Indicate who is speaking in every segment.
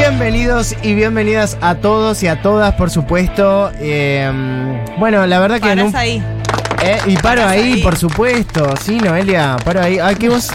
Speaker 1: Bienvenidos y bienvenidas a todos y a todas, por supuesto. Eh, bueno, la verdad que... en
Speaker 2: Parás
Speaker 1: un-
Speaker 2: ahí.
Speaker 1: Eh, y paro
Speaker 2: Parás
Speaker 1: ahí,
Speaker 2: ahí.
Speaker 1: por supuesto. Sí, Noelia, paro ahí. Ay, qué voz...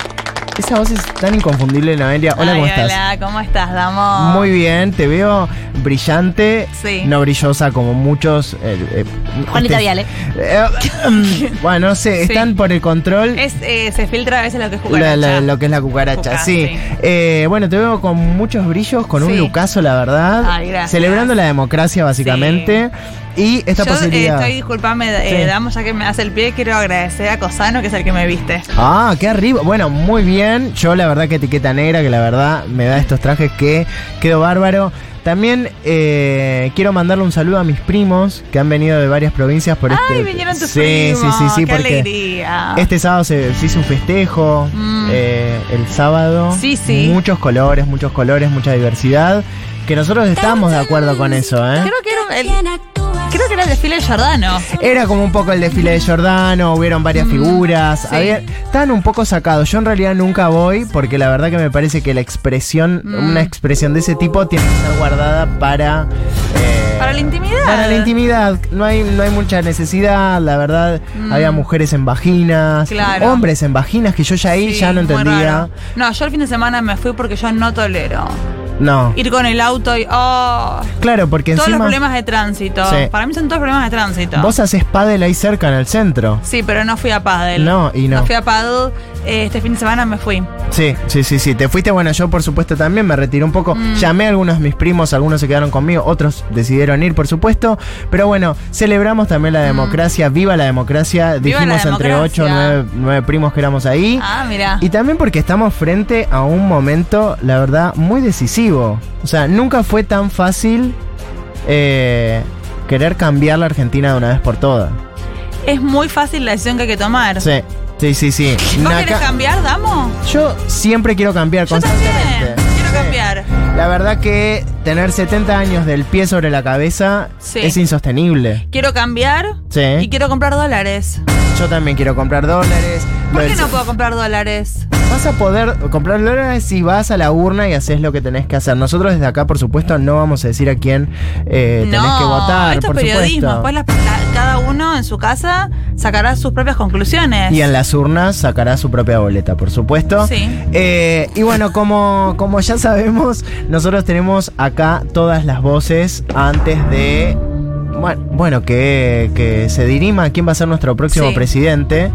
Speaker 1: Esa voz es tan inconfundible, Noelia. Hola,
Speaker 2: Ay,
Speaker 1: ¿cómo estás?
Speaker 2: Hola, ¿cómo estás, Damo?
Speaker 1: Muy bien, te veo brillante,
Speaker 2: Sí.
Speaker 1: no brillosa como muchos. eh, eh,
Speaker 3: Juanita
Speaker 1: este-
Speaker 3: Viale.
Speaker 1: Eh, bueno, no sé,
Speaker 2: Sí.
Speaker 1: están por el control.
Speaker 2: Es, eh, se filtra a veces lo que es
Speaker 1: la-
Speaker 2: cucaracha.
Speaker 1: la- lo que es la cucaracha,
Speaker 2: Cuca,
Speaker 1: sí.
Speaker 2: sí.
Speaker 1: Eh, bueno, te veo con muchos brillos, con un
Speaker 2: Sí.
Speaker 1: lucaso, la verdad.
Speaker 2: Ay, gracias.
Speaker 1: Celebrando la democracia, básicamente. Y esta
Speaker 2: Yo eh,
Speaker 1: posibilidad.
Speaker 2: estoy, disculpame, eh,
Speaker 1: Sí.
Speaker 2: Damo, ya que me hace el pie, quiero agradecer a Cosano, que es el que me viste.
Speaker 1: Ah, qué arriba. Bueno, muy bien. Yo la verdad que etiqueta negra, que la verdad me da estos trajes que quedo bárbaro. También eh, quiero mandarle un saludo a mis primos que han venido de varias provincias por este.
Speaker 2: Ay, vinieron tus
Speaker 1: sí,
Speaker 2: primos.
Speaker 1: Sí, sí, sí,
Speaker 2: qué
Speaker 1: porque
Speaker 2: alegría.
Speaker 1: este sábado se, se hizo un festejo.
Speaker 2: Ah. Mm.
Speaker 1: eh, el sábado.
Speaker 2: Sí, sí.
Speaker 1: Muchos colores, muchos colores, mucha diversidad. Que nosotros estábamos de acuerdo con eso, ¿eh?
Speaker 2: Creo que era el, creo que era el desfile de Jordano.
Speaker 1: Era como un poco el desfile de Giordano, hubieron varias figuras,
Speaker 2: Mm. sí.
Speaker 1: había, estaban un poco sacados. Yo en realidad nunca voy porque la verdad que me parece que la expresión,
Speaker 2: Mm.
Speaker 1: una expresión de ese tipo tiene que estar guardada para... eh,
Speaker 2: Para la intimidad.
Speaker 1: para la intimidad, no hay, no hay mucha necesidad, la verdad, había mujeres en vaginas,
Speaker 2: Mm. Claro.
Speaker 1: hombres en vaginas, que yo ya ahí
Speaker 2: Sí,
Speaker 1: ya no
Speaker 2: muy
Speaker 1: entendía.
Speaker 2: raro. No, yo el fin de semana me fui porque yo no tolero.
Speaker 1: No,
Speaker 2: Ir con el auto y. ¡Oh!
Speaker 1: claro, porque
Speaker 2: Todos los
Speaker 1: encima
Speaker 2: problemas de tránsito.
Speaker 1: Sí.
Speaker 2: Para mí son todos problemas de tránsito.
Speaker 1: vos haces pádel ahí cerca en el centro.
Speaker 2: Sí, pero no fui a Paddle.
Speaker 1: No, y no.
Speaker 2: fui a Paddle. eh, este fin de semana me fui.
Speaker 1: Sí, sí, sí, sí. Te fuiste, bueno, yo por supuesto también me retiré un poco.
Speaker 2: Mm.
Speaker 1: Llamé a algunos de mis primos, algunos se quedaron conmigo, otros decidieron ir, por supuesto. Pero bueno, celebramos también la democracia, viva la democracia.
Speaker 2: Mm. Viva la
Speaker 1: Dijimos entre
Speaker 2: democracia.
Speaker 1: 8 o 9, primos que éramos ahí.
Speaker 2: Ah, mira.
Speaker 1: Y también porque estamos frente a un momento, la verdad, muy decisivo. O sea, nunca fue tan fácil eh, querer cambiar la Argentina de una vez por todas.
Speaker 2: Es muy fácil la decisión que hay que tomar.
Speaker 1: Sí, sí, sí, sí.
Speaker 2: ¿Vos
Speaker 1: Naca-
Speaker 2: querés cambiar, Damo?
Speaker 1: yo siempre quiero cambiar
Speaker 2: Yo
Speaker 1: constantemente.
Speaker 2: también. Quiero
Speaker 1: Sí.
Speaker 2: cambiar.
Speaker 1: La verdad que tener 70 años del pie sobre la cabeza
Speaker 2: Sí.
Speaker 1: es insostenible.
Speaker 2: Quiero cambiar y
Speaker 1: Sí.
Speaker 2: quiero comprar dólares.
Speaker 1: Yo también quiero comprar dólares.
Speaker 2: ¿Por
Speaker 1: Lo
Speaker 2: qué
Speaker 1: del-
Speaker 2: no puedo comprar dólares?
Speaker 1: Vas a poder comprar dólares si vas a la urna y haces lo que tenés que hacer. Nosotros desde acá, por supuesto, no vamos a decir a quién eh, tenés
Speaker 2: no,
Speaker 1: que votar,
Speaker 2: esto
Speaker 1: por
Speaker 2: es periodismo.
Speaker 1: supuesto.
Speaker 2: Después las- la- cada uno en su casa sacará sus propias conclusiones.
Speaker 1: Y en las urnas sacará su propia boleta, por supuesto.
Speaker 2: Sí.
Speaker 1: Eh, y bueno, como, como ya sabemos, nosotros tenemos acá todas las voces antes de. Bueno, bueno, que, que se dirima quién va a ser nuestro próximo
Speaker 2: Sí.
Speaker 1: presidente.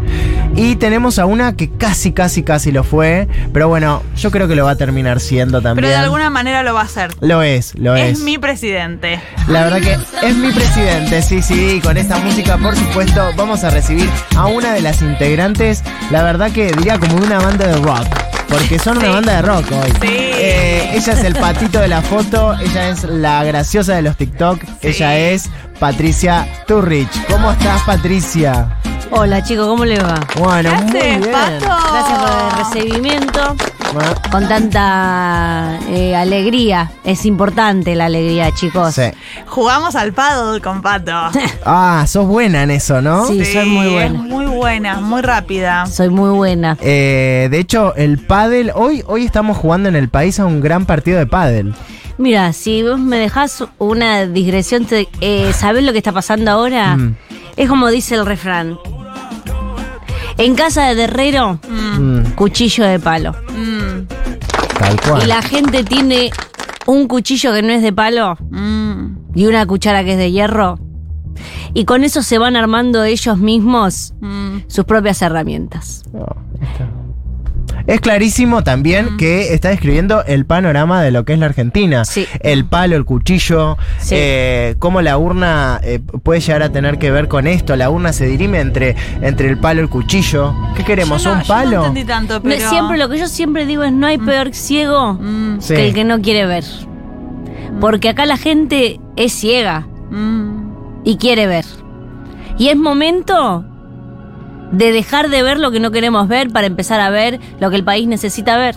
Speaker 1: Y tenemos a una que casi, casi, casi lo fue. Pero bueno, yo creo que lo va a terminar siendo también.
Speaker 2: Pero de alguna manera lo va a hacer.
Speaker 1: Lo es, lo es.
Speaker 2: Es mi presidente.
Speaker 1: La verdad que es mi presidente, sí, sí, y con esta música, por supuesto, vamos a recibir a una de las integrantes, la verdad que diría como de una banda de rock, porque son una
Speaker 2: Sí.
Speaker 1: banda de rock hoy.
Speaker 2: Sí.
Speaker 1: Eh, ella es el patito de la foto, ella es la graciosa de los TikTok, ella es Patricia Turrich. ¿Cómo estás, Patricia?
Speaker 3: Hola chicos, ¿cómo les va?
Speaker 1: Bueno,
Speaker 2: ¿Qué
Speaker 1: muy
Speaker 2: haces,
Speaker 1: bien.
Speaker 2: Pato?
Speaker 3: Gracias
Speaker 1: Oh.
Speaker 3: por el recibimiento.
Speaker 1: Bueno,
Speaker 3: Con tanta eh, alegría. Es importante la alegría, chicos.
Speaker 1: sí.
Speaker 2: Jugamos al paddle con Pato.
Speaker 1: Ah, sos buena en eso, ¿no?
Speaker 3: Sí, soy muy
Speaker 2: es
Speaker 3: buena.
Speaker 2: muy buena, muy rápida.
Speaker 3: Soy muy buena.
Speaker 1: Eh, de hecho, el pádel, hoy, hoy estamos jugando en el país a un gran partido de pádel.
Speaker 3: Mira, si vos me dejás una digresión, te- eh, ¿sabés lo que está pasando ahora?
Speaker 1: Mm.
Speaker 3: Es como dice el refrán. En casa de herrero,
Speaker 1: Mm,
Speaker 3: cuchillo de palo.
Speaker 2: Mm,
Speaker 1: tal cual.
Speaker 3: Y la gente tiene un cuchillo que no es de palo
Speaker 2: mm.
Speaker 3: y una cuchara que es de hierro. Y con eso se van armando ellos mismos
Speaker 2: Mm.
Speaker 3: sus propias herramientas.
Speaker 1: No, está. Es clarísimo también que está describiendo el panorama de lo que es la Argentina.
Speaker 3: Sí.
Speaker 1: El palo, el cuchillo,
Speaker 3: Sí.
Speaker 1: eh, cómo la urna eh, puede llegar a tener que ver con esto. La urna se dirime entre, entre el palo y el cuchillo. ¿Qué queremos?
Speaker 2: Yo no-
Speaker 1: ¿Un
Speaker 2: yo no
Speaker 1: palo?
Speaker 2: entendí tanto,
Speaker 3: Me-
Speaker 2: pero.
Speaker 3: Siempre lo que yo siempre digo es no hay peor ciego
Speaker 2: Mm,
Speaker 1: Sí.
Speaker 3: que el que no quiere ver. Porque acá la gente es ciega
Speaker 2: mm.
Speaker 3: y quiere ver. Y es momento de dejar de ver lo que no queremos ver para empezar a ver lo que el país necesita ver.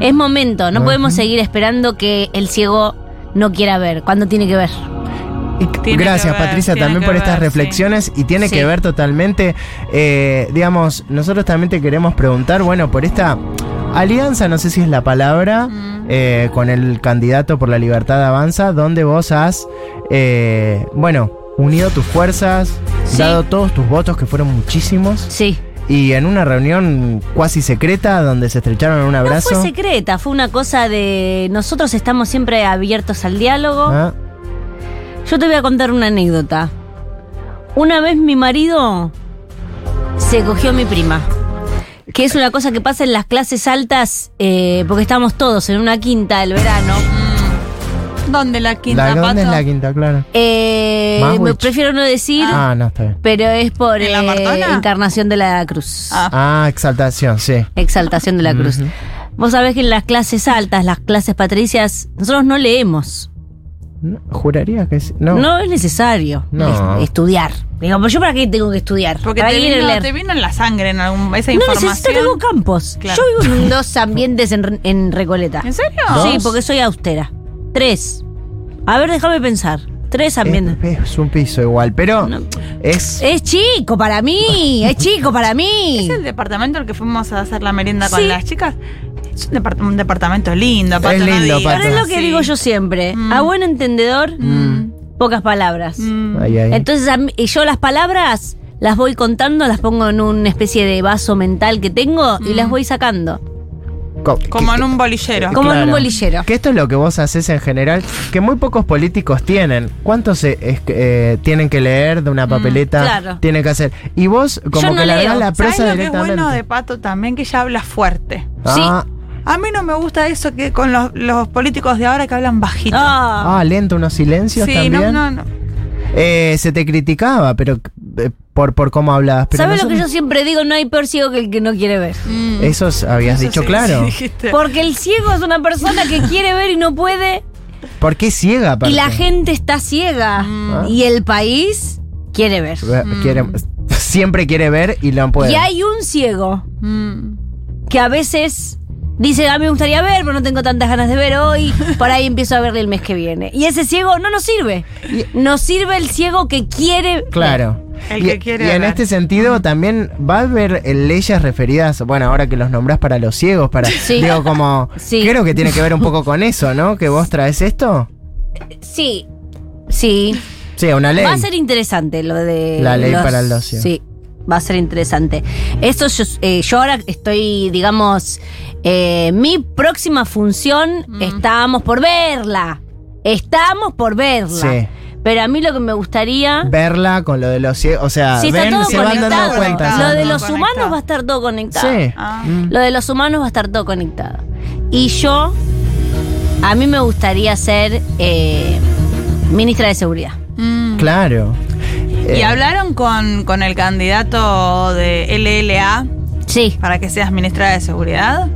Speaker 3: Es momento, no
Speaker 1: Ujú.
Speaker 3: podemos seguir esperando que el ciego no quiera ver. ¿Cuándo tiene que ver?
Speaker 1: Y-
Speaker 2: Tiene
Speaker 1: Gracias
Speaker 2: que ver,
Speaker 1: Patricia
Speaker 2: tiene
Speaker 1: también
Speaker 2: que
Speaker 1: por
Speaker 2: ver,
Speaker 1: estas
Speaker 2: sí.
Speaker 1: reflexiones y tiene
Speaker 3: Sí.
Speaker 1: que ver totalmente, eh, digamos, nosotros también te queremos preguntar, bueno, por esta alianza, no sé si es la palabra,
Speaker 2: Mm.
Speaker 1: eh, con el candidato por la libertad avanza, donde vos has, eh, bueno, unido tus fuerzas,
Speaker 3: Sí.
Speaker 1: dado todos tus votos, que fueron muchísimos,
Speaker 3: Sí.
Speaker 1: y en una reunión cuasi secreta donde se estrecharon en un
Speaker 3: No
Speaker 1: abrazo.
Speaker 3: fue secreta, fue una cosa de nosotros estamos siempre abiertos al diálogo.
Speaker 1: Ah,
Speaker 3: Yo te voy a contar una anécdota. Una vez mi marido se cogió a mi prima, que es una cosa que pasa en las clases altas, eh, porque estábamos todos en una quinta del verano.
Speaker 2: Mm. ¿Dónde la quinta,
Speaker 1: ¿la- ¿Dónde es
Speaker 2: Pato?
Speaker 1: la quinta, Clara?
Speaker 3: Eh,
Speaker 1: Más
Speaker 3: me
Speaker 1: witch.
Speaker 3: prefiero no decir,
Speaker 1: Ah, no, está bien.
Speaker 3: pero es por
Speaker 2: ¿En la
Speaker 3: eh,
Speaker 2: Martona?
Speaker 3: Encarnación de la Cruz.
Speaker 2: Ah.
Speaker 1: Ah, exaltación, sí.
Speaker 3: Exaltación de la Cruz. Vos sabés que en las clases altas, las clases patricias, nosotros no leemos.
Speaker 1: No, ¿Juraría que sí? No.
Speaker 3: No, es necesario
Speaker 1: No.
Speaker 3: es- estudiar. Digo, pero yo para qué tengo que estudiar.
Speaker 2: Porque
Speaker 3: ¿Para
Speaker 2: te
Speaker 3: qué quiero
Speaker 2: vino,
Speaker 3: leer?
Speaker 2: te vino en la sangre en algún, esa
Speaker 3: No necesito,
Speaker 2: información.
Speaker 3: tengo campos.
Speaker 2: Claro.
Speaker 3: Yo vivo en dos ambientes en, en Recoleta.
Speaker 2: ¿En serio?
Speaker 3: Sí, porque soy austera. Tres. A ver, déjame pensar. Tres ambientes.
Speaker 1: Es, es un piso igual, pero
Speaker 3: No.
Speaker 1: es...
Speaker 3: Es chico para mí, es chico para mí.
Speaker 2: ¿Es el departamento al que fuimos a hacer la merienda con
Speaker 3: Sí.
Speaker 2: las chicas? Es un, depart- un departamento lindo,
Speaker 1: Es
Speaker 2: Pato, no
Speaker 1: lindo,
Speaker 2: digas,
Speaker 1: Pato.
Speaker 3: Pero es lo que
Speaker 2: sí.
Speaker 3: digo yo siempre.
Speaker 2: Mm.
Speaker 3: A buen entendedor,
Speaker 1: Mm.
Speaker 3: pocas palabras.
Speaker 2: Mm.
Speaker 1: Ahí, ahí.
Speaker 3: Entonces a mí- y yo las palabras las voy contando, las pongo en una especie de vaso mental que tengo y
Speaker 2: Mm.
Speaker 3: las voy sacando.
Speaker 1: Co-
Speaker 2: Como
Speaker 1: que-
Speaker 2: en un bolillero.
Speaker 3: Como en un bolillero.
Speaker 1: Que esto es lo que vos haces en general, que muy pocos políticos tienen. ¿Cuántos eh, es- eh, tienen que leer de una papeleta?
Speaker 3: Mm, claro.
Speaker 1: Tienen que hacer. Y vos, como
Speaker 3: Yo
Speaker 1: que
Speaker 3: no
Speaker 1: la
Speaker 3: leo.
Speaker 1: la
Speaker 2: ¿Sabes
Speaker 1: presa
Speaker 2: lo que es
Speaker 1: directamente.
Speaker 2: bueno de Pato también? Que ya habla fuerte.
Speaker 3: Sí.
Speaker 1: ah,
Speaker 2: A mí no me gusta eso que con los, los políticos de ahora que hablan bajito.
Speaker 3: Ah.
Speaker 1: ah, lento, unos silencios
Speaker 2: sí,
Speaker 1: también.
Speaker 2: no, no, no.
Speaker 1: Eh, se te criticaba, pero eh, por, por cómo hablabas. Pero
Speaker 3: ¿Sabes lo que yo
Speaker 1: nosotros-
Speaker 3: siempre digo? No hay peor ciego que el que no quiere ver.
Speaker 2: Mm.
Speaker 1: Eso s- habías
Speaker 2: Eso
Speaker 1: dicho
Speaker 2: sí, sí
Speaker 1: claro.
Speaker 2: dijiste.
Speaker 3: Porque el ciego es una persona que quiere ver y no puede.
Speaker 1: ¿Por qué ciega?
Speaker 3: Y
Speaker 1: aparte?
Speaker 3: la gente está ciega.
Speaker 1: Mm.
Speaker 3: Y el país quiere ver.
Speaker 1: Eh, quiere- siempre quiere ver y lo puede.
Speaker 3: Mm. Y hay un ciego
Speaker 2: Mm.
Speaker 3: que a veces dice, a mí me gustaría ver, pero no tengo tantas ganas de ver hoy. Por ahí empiezo a verle el mes que viene. Y ese ciego no nos sirve. Nos sirve el ciego que quiere. ver.
Speaker 1: Claro.
Speaker 2: El
Speaker 1: y,
Speaker 2: que quiere
Speaker 1: y en
Speaker 2: ver.
Speaker 1: este sentido también va a haber eh, leyes referidas, bueno, ahora que los nombrás para los ciegos, para
Speaker 3: Sí.
Speaker 1: digo como
Speaker 3: Sí.
Speaker 1: creo que tiene que ver un poco con eso, ¿no? Que vos traes esto.
Speaker 3: Sí. Sí.
Speaker 1: Sí, una ley.
Speaker 3: Va a ser interesante lo de.
Speaker 1: La ley para el ocio.
Speaker 3: Sí, va a ser interesante. Esto yo, eh, yo ahora estoy, digamos, eh, mi próxima función
Speaker 2: Mm.
Speaker 3: estábamos por verla. Estábamos por verla.
Speaker 1: Sí.
Speaker 3: Pero a mí lo que me gustaría.
Speaker 1: Verla con lo de los ciegos, o sea,
Speaker 3: si está
Speaker 1: ven,
Speaker 3: todo
Speaker 1: se van dando
Speaker 3: conectado.
Speaker 1: cuenta.
Speaker 3: lo
Speaker 1: sí.
Speaker 3: de
Speaker 2: ¿no?
Speaker 3: los humanos
Speaker 2: Conectado.
Speaker 3: va a estar todo conectado.
Speaker 1: Sí.
Speaker 2: Ah.
Speaker 1: Mm.
Speaker 3: Lo de los humanos va a estar todo conectado. Y yo, a mí me gustaría ser eh, ministra de seguridad.
Speaker 2: Mm.
Speaker 1: Claro.
Speaker 2: ¿Y
Speaker 1: Eh,
Speaker 2: hablaron con, con el candidato de LLA
Speaker 3: Sí.
Speaker 2: para que seas ministra de seguridad?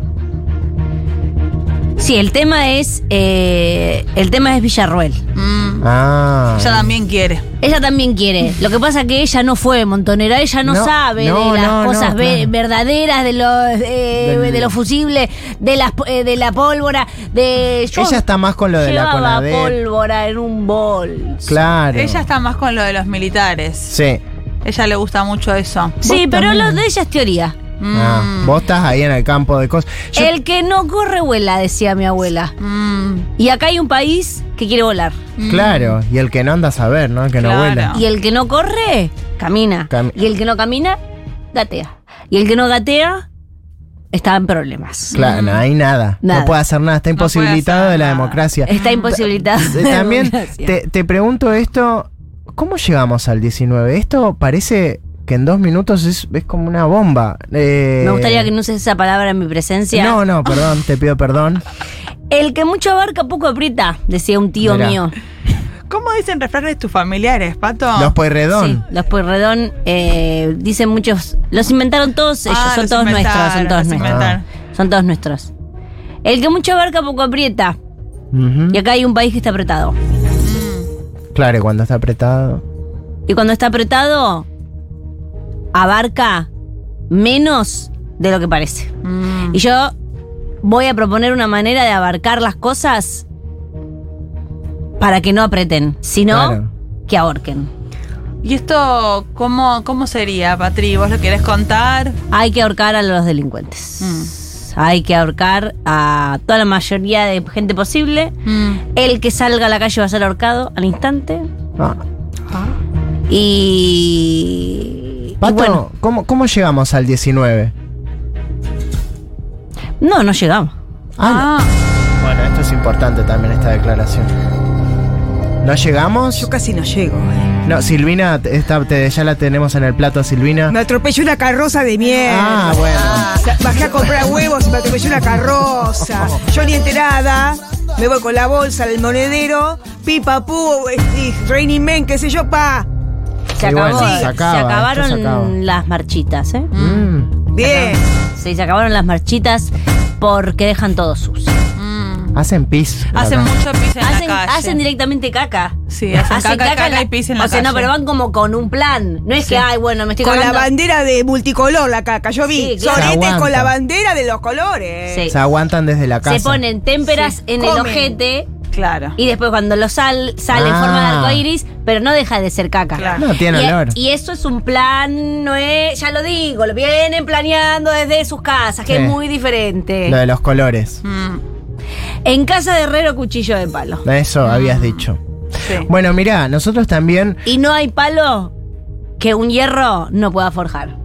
Speaker 3: Sí, el tema es. eh, el tema es Villarruel.
Speaker 2: Mm.
Speaker 1: Ah.
Speaker 2: Ella también quiere.
Speaker 3: Ella también quiere. Lo que pasa que ella no fue montonera, ella no,
Speaker 1: No,
Speaker 3: sabe
Speaker 1: no,
Speaker 3: de las
Speaker 1: no, no,
Speaker 3: cosas ve-
Speaker 1: claro.
Speaker 3: verdaderas, de los eh,
Speaker 1: Del-
Speaker 3: de los fusibles, de las po- eh, de la pólvora, de yo
Speaker 1: Ella está más con lo de la
Speaker 3: llevaba
Speaker 1: CONADE.
Speaker 3: pólvora en un bol.
Speaker 1: Claro.
Speaker 2: Ella está más con lo de los militares.
Speaker 1: Sí.
Speaker 2: Ella le gusta mucho eso.
Speaker 3: Sí,
Speaker 1: Vos
Speaker 3: pero
Speaker 1: también.
Speaker 3: lo de ella es teoría.
Speaker 2: Mm.
Speaker 1: Ah, vos estás ahí en el campo de cosas. Yo-
Speaker 3: El que no corre vuela, decía mi abuela.
Speaker 2: Mm.
Speaker 3: Y acá hay un país que quiere volar.
Speaker 1: Claro, y el que no anda a saber, ¿no? El que
Speaker 2: Claro.
Speaker 1: no vuela.
Speaker 3: Y el que no corre, camina.
Speaker 1: Ah. Cam-
Speaker 3: y el que no camina, gatea. Y el que no gatea, está en problemas.
Speaker 1: Claro, no hay nada.
Speaker 3: Nada.
Speaker 1: No puede hacer nada. Está
Speaker 2: No puede
Speaker 1: imposibilitado
Speaker 2: hacer
Speaker 1: de la
Speaker 2: nada.
Speaker 1: democracia.
Speaker 3: Está imposibilitado.
Speaker 1: Eh,
Speaker 3: la
Speaker 1: También
Speaker 3: democracia.
Speaker 1: te, te pregunto esto: ¿cómo llegamos al 19? Esto parece que en dos minutos es, es como una bomba. Eh,
Speaker 3: Me gustaría que no uses esa palabra en mi presencia.
Speaker 1: No, no, perdón, te pido perdón.
Speaker 3: El que mucho abarca, poco aprieta, decía un tío
Speaker 1: Mirá.
Speaker 3: mío.
Speaker 2: ¿Cómo dicen refranes tus familiares, Pato?
Speaker 1: Los
Speaker 3: Sí,
Speaker 1: Pueyrredón.
Speaker 3: los Pueyrredón eh, dicen muchos. Los inventaron todos ellos,
Speaker 2: Ah,
Speaker 3: son
Speaker 2: los
Speaker 3: todos nuestros, son
Speaker 2: inventaron,
Speaker 3: todos
Speaker 2: los
Speaker 3: nuestros.
Speaker 2: inventaron.
Speaker 3: Son todos nuestros. El que mucho abarca, poco aprieta.
Speaker 1: Ujú.
Speaker 3: Y acá hay un país que está apretado.
Speaker 1: Claro, cuando está apretado.
Speaker 3: Y cuando está apretado, abarca menos de lo que parece.
Speaker 2: Mm.
Speaker 3: Y yo voy a proponer una manera de abarcar las cosas para que no apreten, sino
Speaker 1: Claro.
Speaker 3: que ahorquen.
Speaker 2: ¿Y esto cómo, cómo sería, Patri? ¿Vos lo querés contar?
Speaker 3: Hay que ahorcar a los delincuentes.
Speaker 1: Mm.
Speaker 3: Hay que ahorcar a toda la mayoría de gente posible.
Speaker 2: Mm.
Speaker 3: El que salga a la calle va a ser ahorcado al instante.
Speaker 1: Ah.
Speaker 3: Y. y
Speaker 1: Pato,
Speaker 3: bueno,
Speaker 1: ¿cómo, ¿cómo llegamos al 19?
Speaker 3: no, no llegamos.
Speaker 1: Ah,
Speaker 2: Ah,
Speaker 1: no. Bueno, esto es importante también, esta declaración. ¿No llegamos?
Speaker 4: Yo casi no llego. eh.
Speaker 1: No, Silvina, te- esta, te- ya la tenemos en el plato a Silvina.
Speaker 4: Me atropelló una carroza de mierda.
Speaker 1: Ah, bueno.
Speaker 4: O sea, Bajé a comprar huevos y me atropelló una carroza. Yo ni enterada. Me voy con la bolsa del monedero. Pipa, pu, eh, y Raining Men, qué sé yo, pa.
Speaker 3: Se,
Speaker 1: Y bueno,
Speaker 3: acabó,
Speaker 1: se
Speaker 3: se
Speaker 1: acaba, esto se
Speaker 3: acabaron
Speaker 1: acaba.
Speaker 3: las marchitas, ¿eh?
Speaker 1: Mm.
Speaker 4: Bien.
Speaker 3: Sí, se acabaron las marchitas porque dejan todo sucio.
Speaker 2: mm.
Speaker 1: Hacen pis.
Speaker 2: Hacen
Speaker 1: acá.
Speaker 2: mucho pis en
Speaker 3: Hacen,
Speaker 2: la calle.
Speaker 3: hacen directamente caca.
Speaker 2: Sí, hacen caca, caca y pis en la
Speaker 3: O sea, no,
Speaker 2: calle.
Speaker 3: pero van como con un plan. No es que, ay, bueno, me estoy
Speaker 4: Con la
Speaker 3: cagando".
Speaker 4: bandera de multicolor la caca. Yo vi.
Speaker 3: Sí, claro.
Speaker 4: Soretes
Speaker 1: Se aguanta.
Speaker 4: con la bandera de los colores.
Speaker 3: Sí.
Speaker 1: Se aguantan desde la casa.
Speaker 3: Se ponen témperas
Speaker 4: Sí,
Speaker 3: en el
Speaker 4: comen.
Speaker 3: ojete
Speaker 2: Claro.
Speaker 3: y después cuando lo sal, sale en
Speaker 1: Ah.
Speaker 3: forma de arcoiris, pero no deja de ser caca.
Speaker 2: Claro.
Speaker 1: No, tiene
Speaker 3: y, e-
Speaker 1: olor.
Speaker 3: y eso es un plan, no es, ya lo digo, lo vienen planeando desde sus casas, que
Speaker 1: Sí.
Speaker 3: es muy diferente.
Speaker 1: Lo de los colores.
Speaker 2: Mm,
Speaker 3: En casa de Herrero, cuchillo de palo.
Speaker 1: Eso habías dicho.
Speaker 2: sí.
Speaker 1: Bueno, mirá, nosotros también.
Speaker 3: Y no hay palo que un hierro no pueda forjar.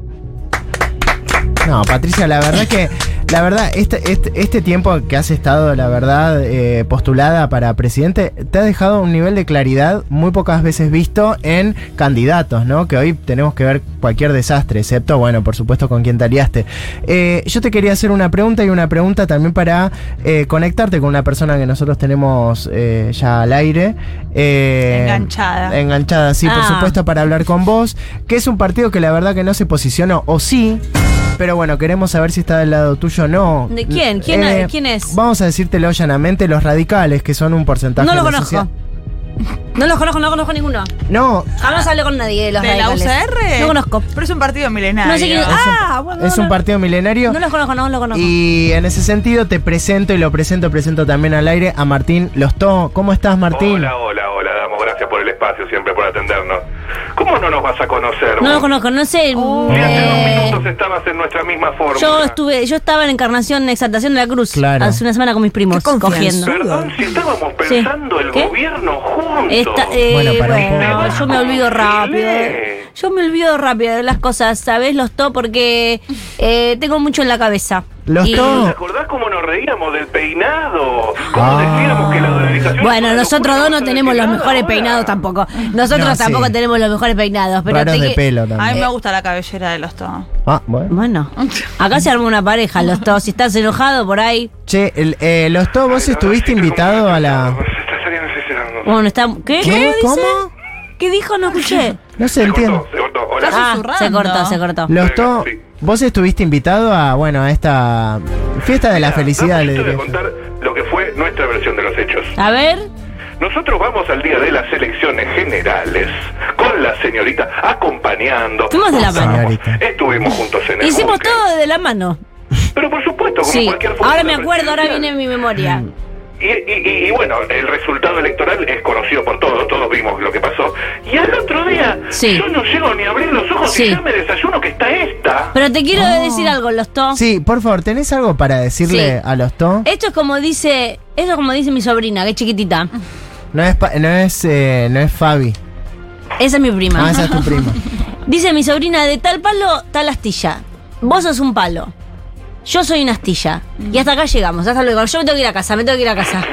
Speaker 1: No, Patricia, la verdad que. La verdad, este, este, este tiempo que has estado, la verdad, eh, postulada para presidente, te ha dejado un nivel de claridad muy pocas veces visto en candidatos, ¿no? Que hoy tenemos que ver cualquier desastre, excepto, bueno, por supuesto, con quien te aliaste. Eh, yo te quería hacer una pregunta y una pregunta también para eh, conectarte con una persona que nosotros tenemos eh, ya al aire. eh,
Speaker 2: Enganchada.
Speaker 1: Enganchada, sí, por
Speaker 3: Ah.
Speaker 1: supuesto, para hablar con vos, que es un partido que la verdad que no se posicionó, o sí, pero bueno, queremos saber si está del lado tuyo o no. Eh,
Speaker 3: ¿De quién? ¿Quién- quién es?
Speaker 1: Vamos a decírtelo llanamente, los radicales, que son un porcentaje
Speaker 3: No los
Speaker 1: de la
Speaker 3: conozco.
Speaker 1: sociedad.
Speaker 3: No los conozco, no conozco ninguno.
Speaker 1: No,
Speaker 3: Jamás hablé con nadie de los
Speaker 2: ¿De la
Speaker 3: radicales.
Speaker 2: UCR?
Speaker 3: No conozco.
Speaker 2: Pero es un partido milenario.
Speaker 3: No sé quién es. Ah, bueno,
Speaker 1: es un
Speaker 3: no,
Speaker 1: partido milenario.
Speaker 3: No los conozco, no los conozco.
Speaker 1: y en ese sentido te presento y lo presento, presento también al aire a Martín Lostó. ¿Cómo estás, Martín?
Speaker 5: Hola, hola, hola, damos gracias por el espacio, siempre por atendernos. ¿Cómo no nos vas a conocer?
Speaker 3: No
Speaker 5: vos?
Speaker 3: los conozco, no sé.
Speaker 5: Si hace dos
Speaker 3: eh,
Speaker 5: minutos estabas en nuestra misma forma.
Speaker 3: yo estuve, yo estaba en Encarnación, en Exaltación de la Cruz
Speaker 1: Claro.
Speaker 3: hace una semana con mis primos
Speaker 4: Qué
Speaker 3: cogiendo.
Speaker 4: confianza.
Speaker 5: Perdón, si estábamos pensando el
Speaker 3: ¿Qué?
Speaker 5: gobierno juntos.
Speaker 3: Esta- eh,
Speaker 1: Bueno,
Speaker 3: bueno,
Speaker 1: para un poco.
Speaker 3: yo me olvido rápido.
Speaker 5: Chile.
Speaker 3: Yo me olvido rápido de las cosas, ¿sabes? Los to porque eh, tengo mucho en la cabeza.
Speaker 1: Los
Speaker 3: Y-
Speaker 1: to-
Speaker 5: ¿Te acordás cómo nos reíamos del peinado? ¿Cómo
Speaker 1: Ah.
Speaker 5: decíamos que la dolarización era
Speaker 3: Bueno,
Speaker 5: una
Speaker 3: nosotros
Speaker 5: locura?
Speaker 3: dos
Speaker 5: No
Speaker 3: no
Speaker 5: se
Speaker 3: tenemos
Speaker 5: dice
Speaker 3: los
Speaker 5: nada
Speaker 3: mejores
Speaker 5: ahora.
Speaker 3: peinados tampoco. Nosotros
Speaker 1: No, sí.
Speaker 3: tampoco tenemos los mejores peinados, pero
Speaker 1: Raros
Speaker 3: te
Speaker 1: de
Speaker 3: que-
Speaker 1: pelo
Speaker 2: A mí
Speaker 1: también.
Speaker 2: me gusta la cabellera de los todos.
Speaker 1: Ah, bueno.
Speaker 3: Bueno, acá se armó una pareja, los dos. Si estás enojado por ahí,
Speaker 1: Che, el, eh, Lostó, vos estuviste invitado a la...
Speaker 5: Se está saliendo asesinando.
Speaker 3: bueno, está. ¿Qué?
Speaker 1: ¿Qué? ¿Cómo?
Speaker 3: ¿Qué dijo? No escuché.
Speaker 1: No se
Speaker 5: Se
Speaker 1: entiende.
Speaker 5: cortó, se cortó. Hola.
Speaker 2: Está
Speaker 3: Ah, se
Speaker 2: susurrando.
Speaker 3: cortó, se cortó.
Speaker 1: Los to-
Speaker 5: Sí.
Speaker 1: vos estuviste invitado a, bueno, a esta fiesta de la
Speaker 5: Mira,
Speaker 1: felicidad,
Speaker 5: no
Speaker 1: le
Speaker 5: pudiste
Speaker 1: diría. yo.
Speaker 5: contar lo que fue nuestra versión de los hechos.
Speaker 3: A ver,
Speaker 5: Nosotros vamos al día de las elecciones generales con la señorita acompañando.
Speaker 3: Fuimos de la
Speaker 5: Votamos.
Speaker 1: mano. Señorita.
Speaker 5: Estuvimos juntos en el
Speaker 3: hicimos
Speaker 5: cumple.
Speaker 3: todo de la mano.
Speaker 5: Pero por supuesto, como
Speaker 3: Sí,
Speaker 5: cualquier función
Speaker 3: ahora me acuerdo, ahora viene
Speaker 5: presidencial.
Speaker 3: mi memoria.
Speaker 5: Y, y- y- y bueno, el resultado electoral es conocido por todos, todos vimos lo que pasó. Y al otro día,
Speaker 3: Sí.
Speaker 5: yo no llego ni a abrir los ojos
Speaker 3: Sí.
Speaker 5: y ya me desayuno que está esta.
Speaker 3: Pero te quiero decir algo, los to.
Speaker 1: Ah. Sí, por favor, ¿tenés algo para decirle
Speaker 3: Sí. Eh.
Speaker 1: a los to?
Speaker 3: Esto es como dice, esto es como dice mi sobrina, que es chiquitita.
Speaker 1: No es, pa- no es, eh, no es Fabi.
Speaker 3: Esa es mi
Speaker 1: Ah,
Speaker 3: prima.
Speaker 1: esa es tu prima.
Speaker 3: Dice mi sobrina, de tal palo, tal astilla. Vos sos un palo. Yo soy una astilla. Y hasta acá llegamos, hasta luego. Yo me tengo que ir a casa, me tengo que ir a casa.